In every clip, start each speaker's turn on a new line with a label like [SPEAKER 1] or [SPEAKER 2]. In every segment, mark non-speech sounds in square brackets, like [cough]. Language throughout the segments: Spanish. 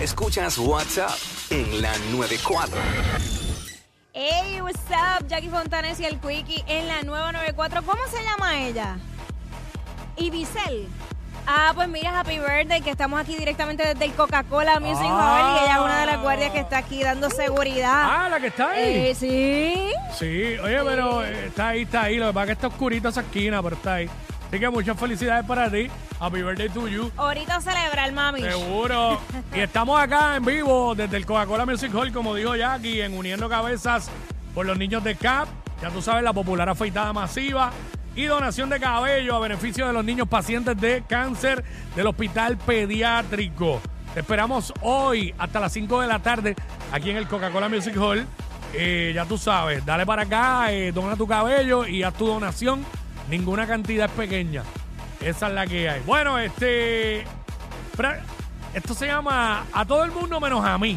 [SPEAKER 1] Escuchas WhatsApp en la 94.
[SPEAKER 2] Hey, what's up? Jackie Fontanes y el Quickie en la nueva 94. ¿Cómo se llama ella? Ibicel. Ah, pues mira, Happy Birthday, que estamos aquí directamente desde el Coca-Cola Music
[SPEAKER 3] Ah.
[SPEAKER 2] Hall y ella es una de las guardias que está aquí dando seguridad.
[SPEAKER 3] Ah, la que está ahí.
[SPEAKER 2] Eh, sí.
[SPEAKER 3] Sí, oye, pero eh, está ahí, está ahí. Lo que pasa es que está oscurita esa esquina, pero está ahí. Así que muchas felicidades para ti. Happy birthday to you.
[SPEAKER 2] Ahorita celebrar, mami.
[SPEAKER 3] Seguro. y estamos acá en vivo desde el Coca-Cola Music Hall, como dijo Jackie, en Uniendo Cabezas por los niños de CAP. Ya tú sabes, la popular afeitada masiva y donación de cabello a beneficio de los niños pacientes de cáncer del hospital pediátrico. Te esperamos hoy hasta las 5 de la tarde aquí en el Coca-Cola Music Hall. Eh, ya tú sabes, dale para acá, eh, dona tu cabello y haz tu donación. Ninguna cantidad es pequeña. Esa es la que hay. Bueno, este. Pero esto se llama A todo el mundo menos a mí.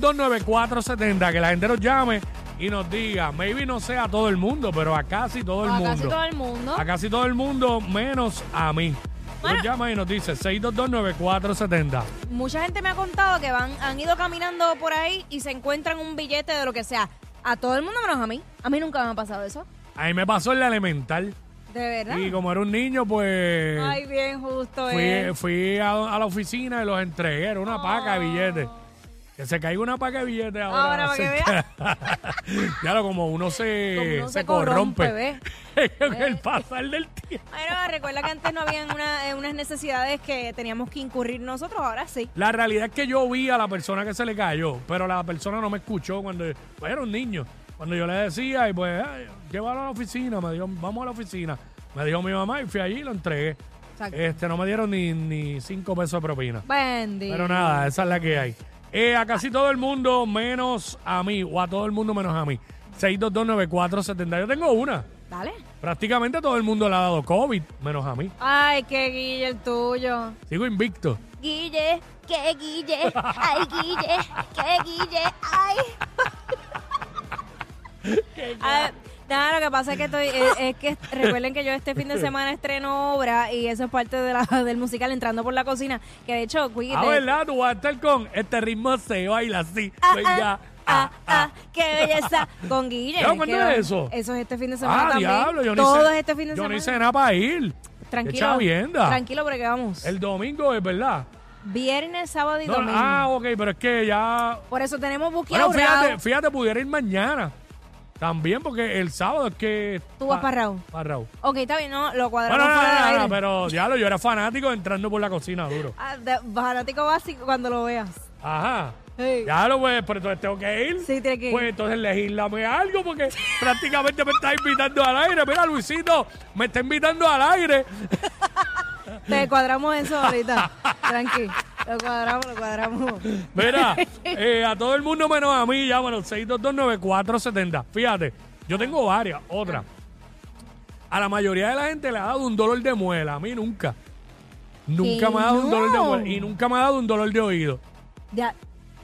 [SPEAKER 3] 6229470, que la gente nos llame y nos diga, maybe no sea a todo el mundo, pero a casi todo el
[SPEAKER 2] A
[SPEAKER 3] mundo.
[SPEAKER 2] casi todo el mundo.
[SPEAKER 3] A casi todo el mundo menos a mí.
[SPEAKER 2] Bueno.
[SPEAKER 3] Nos llama y nos dice 6229470.
[SPEAKER 2] Mucha gente me ha contado que van, han ido caminando por ahí y se encuentran un billete de lo que sea. A todo el mundo menos a mí. A mí nunca me ha pasado eso.
[SPEAKER 3] A mí me pasó en la elemental.
[SPEAKER 2] De verdad.
[SPEAKER 3] Y como era un niño, pues
[SPEAKER 2] Ay, pues. bien justo
[SPEAKER 3] fui,
[SPEAKER 2] es.
[SPEAKER 3] fui a, a la oficina y los entregué. Era
[SPEAKER 2] Ah.
[SPEAKER 3] una paca de billetes. Que se caiga una paca de billetes ahora.
[SPEAKER 2] Ahora, para que
[SPEAKER 3] [laughs] veas. claro, como uno se,
[SPEAKER 2] Como uno
[SPEAKER 3] se,
[SPEAKER 2] se corrompe,
[SPEAKER 3] [laughs]
[SPEAKER 2] Eh.
[SPEAKER 3] corrompe. en el pasar del tiempo.
[SPEAKER 2] Bueno, recuerda que antes no habían una- eh, unas necesidades que teníamos que incurrir nosotros, ahora sí.
[SPEAKER 3] La realidad es que yo vi a la persona que se le cayó, pero la persona no me escuchó cuando pues era un niño. Cuando yo le decía, y pues, "Ay, llévalo a la oficina, me dijo, vamos a la oficina. Me dijo mi mamá y fui allí y lo entregué.
[SPEAKER 2] Exacto.
[SPEAKER 3] Este, no me dieron ni, ni cinco pesos de propina.
[SPEAKER 2] Bendy.
[SPEAKER 3] Pero nada, esa es la que hay. Eh, a casi todo el mundo menos a mí, o a todo el mundo menos a mí. 6229470. Yo tengo una.
[SPEAKER 2] Dale.
[SPEAKER 3] Prácticamente todo el mundo le ha dado COVID, menos a mí.
[SPEAKER 2] Ay, qué guille el tuyo.
[SPEAKER 3] Sigo invicto.
[SPEAKER 2] Guille, qué guille. Ay, guille, qué guille. Ay. [laughs] Ah, Nada, lo que pasa es que estoy, es, es que recuerden que yo este fin de semana estreno obra y eso es parte de la- del musical entrando por la cocina, que de hecho, Quickie,
[SPEAKER 3] Ah,
[SPEAKER 2] te-
[SPEAKER 3] ¿verdad? Tú vas a estar con este ritmo se baila así.
[SPEAKER 2] ah,
[SPEAKER 3] venga,
[SPEAKER 2] ah, ah, ah, qué belleza
[SPEAKER 3] [laughs]
[SPEAKER 2] con Guille.
[SPEAKER 3] ¿Ya, cuándo
[SPEAKER 2] que
[SPEAKER 3] es
[SPEAKER 2] va-
[SPEAKER 3] eso?
[SPEAKER 2] Eso es este fin de semana
[SPEAKER 3] Ah,
[SPEAKER 2] también.
[SPEAKER 3] diablo, yo no
[SPEAKER 2] Todo
[SPEAKER 3] hice,
[SPEAKER 2] es este fin de
[SPEAKER 3] yo
[SPEAKER 2] semana.
[SPEAKER 3] no hice nada para ir. Qué
[SPEAKER 2] Tranquilo.
[SPEAKER 3] chavienda.
[SPEAKER 2] Tranquilo porque vamos.
[SPEAKER 3] El domingo es verdad.
[SPEAKER 2] Viernes, sábado y
[SPEAKER 3] No,
[SPEAKER 2] domingo.
[SPEAKER 3] ah, ok, pero es que ya.
[SPEAKER 2] Por eso tenemos buqueado.
[SPEAKER 3] Bueno, fíjate, fíjate, pudiera ir mañana. También, porque el sábado es que.
[SPEAKER 2] Tú vas
[SPEAKER 3] pa-
[SPEAKER 2] para Raúl.
[SPEAKER 3] Para Raúl.
[SPEAKER 2] Ok, está bien, no, lo cuadramos
[SPEAKER 3] Ah. Bueno, no, no,
[SPEAKER 2] fuera del
[SPEAKER 3] no, no,
[SPEAKER 2] aire.
[SPEAKER 3] pero diablo, yo era fanático entrando por la cocina duro.
[SPEAKER 2] Ah, de- fanático básico cuando lo veas.
[SPEAKER 3] Ajá.
[SPEAKER 2] Hey.
[SPEAKER 3] Diablo, pues, pero entonces tengo que ir.
[SPEAKER 2] Sí, tienes que ir.
[SPEAKER 3] Pues entonces legislame algo porque prácticamente me está invitando al aire. Mira, Luisito, me está invitando al
[SPEAKER 2] [laughs]
[SPEAKER 3] aire. Pues-
[SPEAKER 2] Te cuadramos eso ahorita. Tranqui. Lo cuadramos, lo cuadramos.
[SPEAKER 3] Mira, eh, a todo el mundo menos a mí, llámanos 6229470. Fíjate, yo tengo varias. Otra. A la mayoría de la gente le ha dado un dolor de muela. A mí nunca. Nunca
[SPEAKER 2] Que
[SPEAKER 3] me ha dado un dolor de
[SPEAKER 2] no.
[SPEAKER 3] muela. Y nunca me ha dado un dolor de oído.
[SPEAKER 2] Ya.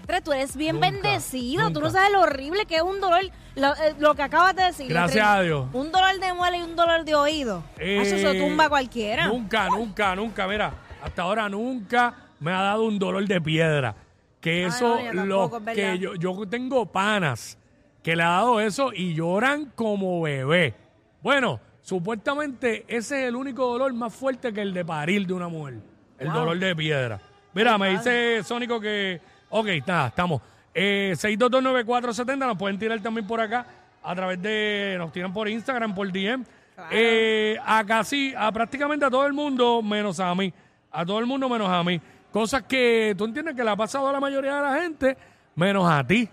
[SPEAKER 2] Tre, Tú eres bien
[SPEAKER 3] Nunca,
[SPEAKER 2] bendecido. Tú
[SPEAKER 3] nunca.
[SPEAKER 2] no sabes lo horrible que es un dolor. Lo, eh, lo que acabas de decir.
[SPEAKER 3] Gracias
[SPEAKER 2] Tre.
[SPEAKER 3] a Dios.
[SPEAKER 2] Un dolor de muela y un dolor de oído. Ah, Eso se
[SPEAKER 3] Eh,
[SPEAKER 2] tumba a cualquiera.
[SPEAKER 3] Nunca, nunca, nunca. Mira, hasta ahora nunca me ha dado un dolor de piedra. Que
[SPEAKER 2] Ah,
[SPEAKER 3] eso,
[SPEAKER 2] no, yo
[SPEAKER 3] lo
[SPEAKER 2] tampoco, es verdad.
[SPEAKER 3] que yo, yo tengo panas que le ha dado eso y lloran como bebé. Bueno, supuestamente ese es el único dolor más fuerte que el de parir de una mujer. El dolor de piedra. Mira, me dice Sónico que. Ok, está, estamos. Eh, 6229470, nos pueden tirar también por acá a través de. Nos tiran por Instagram, por DM. Eh, a casi, a prácticamente a todo el mundo, menos a mí. A todo el mundo, menos a mí. Cosas que tú entiendes que le ha pasado a la mayoría de la gente, menos a ti.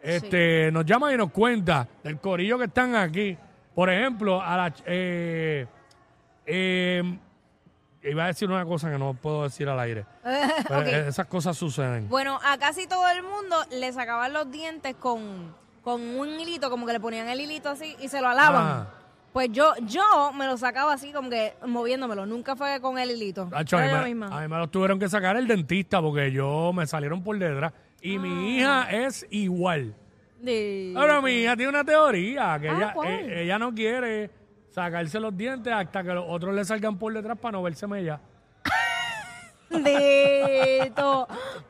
[SPEAKER 3] Este, nos llama y nos cuenta del corillo que están aquí. Por ejemplo, a la ch- eh, eh, iba a decir una cosa que no puedo decir al
[SPEAKER 2] [laughs]
[SPEAKER 3] aire. Pero
[SPEAKER 2] Ok.
[SPEAKER 3] eh, esas cosas suceden.
[SPEAKER 2] Bueno, a casi todo el mundo le sacaban los dientes con, con un hilito, como que le ponían el hilito así y se lo alaban.
[SPEAKER 3] Ah.
[SPEAKER 2] Pues yo, yo me lo sacaba así, como que moviéndomelo. Nunca fue con el hilito.
[SPEAKER 3] Tacho, a,
[SPEAKER 2] Era
[SPEAKER 3] mí
[SPEAKER 2] yo
[SPEAKER 3] me,
[SPEAKER 2] misma.
[SPEAKER 3] a mí me los tuvieron que sacar el dentista porque yo me salieron por detrás. Y
[SPEAKER 2] Ah.
[SPEAKER 3] mi hija es igual.
[SPEAKER 2] Sí.
[SPEAKER 3] Ahora mi hija tiene una teoría que
[SPEAKER 2] Ah,
[SPEAKER 3] ella,
[SPEAKER 2] ¿cuál?
[SPEAKER 3] eh, ella no quiere sacarse los dientes hasta que los otros le salgan por detrás para no verse mella.
[SPEAKER 2] Bendito.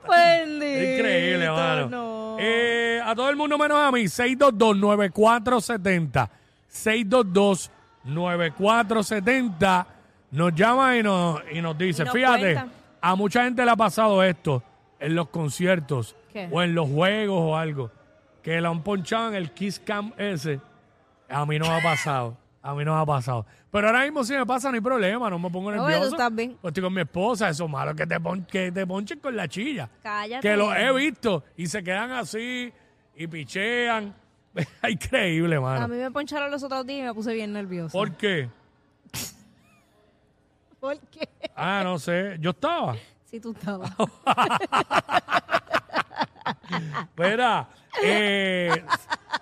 [SPEAKER 2] Bendito.
[SPEAKER 3] [laughs] Increíble, mano.
[SPEAKER 2] No.
[SPEAKER 3] Eh, a todo el mundo menos a mí, 622-9470. 622-9470. Nos llama y nos, y nos dice,
[SPEAKER 2] Y nos
[SPEAKER 3] fíjate,
[SPEAKER 2] cuenta.
[SPEAKER 3] a mucha gente le ha pasado esto en los conciertos
[SPEAKER 2] ¿Qué?
[SPEAKER 3] o en los juegos o algo, que lo han ponchado en el Kiss Cam ese. A mí no
[SPEAKER 2] [laughs]
[SPEAKER 3] me ha pasado. A mí no me ha pasado. Pero ahora mismo si me pasa, no hay problema, no me pongo
[SPEAKER 2] No,
[SPEAKER 3] nervioso.
[SPEAKER 2] pero tú estás bien.
[SPEAKER 3] Pues estoy con mi esposa, eso es malo que te, pon- que te ponchen con la chilla.
[SPEAKER 2] Cállate.
[SPEAKER 3] Que los he visto y se quedan así y pichean. [laughs] Increíble,
[SPEAKER 2] A
[SPEAKER 3] mano.
[SPEAKER 2] mí me poncharon los otros días y me puse bien nerviosa.
[SPEAKER 3] ¿Por qué?
[SPEAKER 2] [laughs] ¿Por qué?
[SPEAKER 3] Ah, no sé. Yo estaba.
[SPEAKER 2] Si tú estabas.
[SPEAKER 3] [laughs] Espera. eh,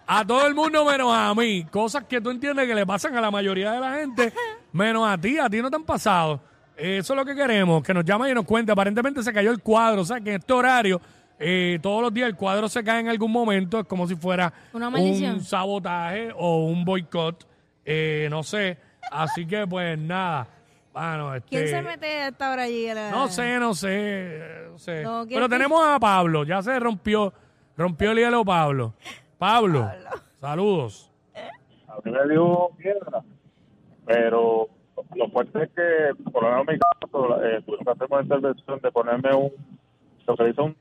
[SPEAKER 3] a todo el mundo menos a mí. Cosas que tú entiendes que le pasan a la mayoría de la gente, menos a ti. A ti no te han pasado. Eso es lo que queremos, que nos llame y nos cuente. Aparentemente se cayó el cuadro, o sea que en este horario, eh, todos los días el cuadro se cae en algún momento, es como si fuera
[SPEAKER 2] Una maldición.
[SPEAKER 3] un sabotaje o un boicot, eh, no sé. Así que pues nada. Bueno, este,
[SPEAKER 2] ¿Quién se mete a esta hora allí? a la-
[SPEAKER 3] no sé, no sé. eh, no sé.
[SPEAKER 2] Ah. No, ¿quién
[SPEAKER 3] Pero
[SPEAKER 2] te-
[SPEAKER 3] tenemos a Pablo. Ya se rompió. Rompió el hielo, Pablo. Pablo, saludos.
[SPEAKER 4] A mí me dio piedra, pero lo fuerte es que, por lo menos en mi caso, eh, tuvimos que hacer una intervención de ponerme un, lo que dice un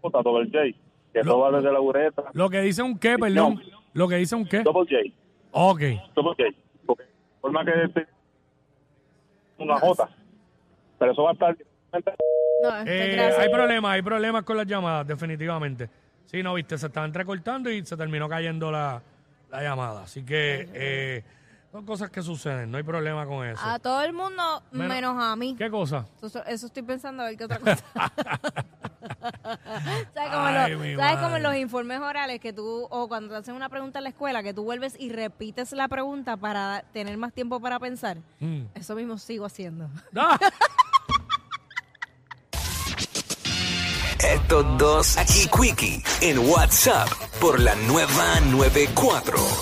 [SPEAKER 4] puta, double J, que no va desde la uretra.
[SPEAKER 3] Lo que dice un qué, perdón.
[SPEAKER 4] No.
[SPEAKER 3] Lo que dice un qué.
[SPEAKER 4] Double J,
[SPEAKER 3] Ok.
[SPEAKER 4] double J, porque de forma que te- una J, pero eso va a estar
[SPEAKER 2] No, este,
[SPEAKER 3] Eh,
[SPEAKER 2] gracias.
[SPEAKER 3] hay problemas, hay problemas con las llamadas, definitivamente. Sí, no, viste, se estaba entrecortando y se terminó cayendo la, la llamada. Así que eh, son cosas que suceden, no hay problema con eso.
[SPEAKER 2] A todo el mundo menos,
[SPEAKER 3] Menos-
[SPEAKER 2] a mí.
[SPEAKER 3] ¿Qué cosa? [laughs]
[SPEAKER 2] Eso, eso estoy pensando a ver qué otra cosa. [laughs] ¿Sabes, como en los-
[SPEAKER 3] Ay, mi
[SPEAKER 2] ¿sabes como
[SPEAKER 3] madre.
[SPEAKER 2] en los informes orales que tú, o cuando te hacen una pregunta en la escuela, que tú vuelves y repites la pregunta para tener más tiempo para pensar?
[SPEAKER 3] Mm.
[SPEAKER 2] Eso mismo sigo haciendo.
[SPEAKER 3] Ah.
[SPEAKER 1] Estos dos aquí, Quickie, en WhatsApp por la nueva 94.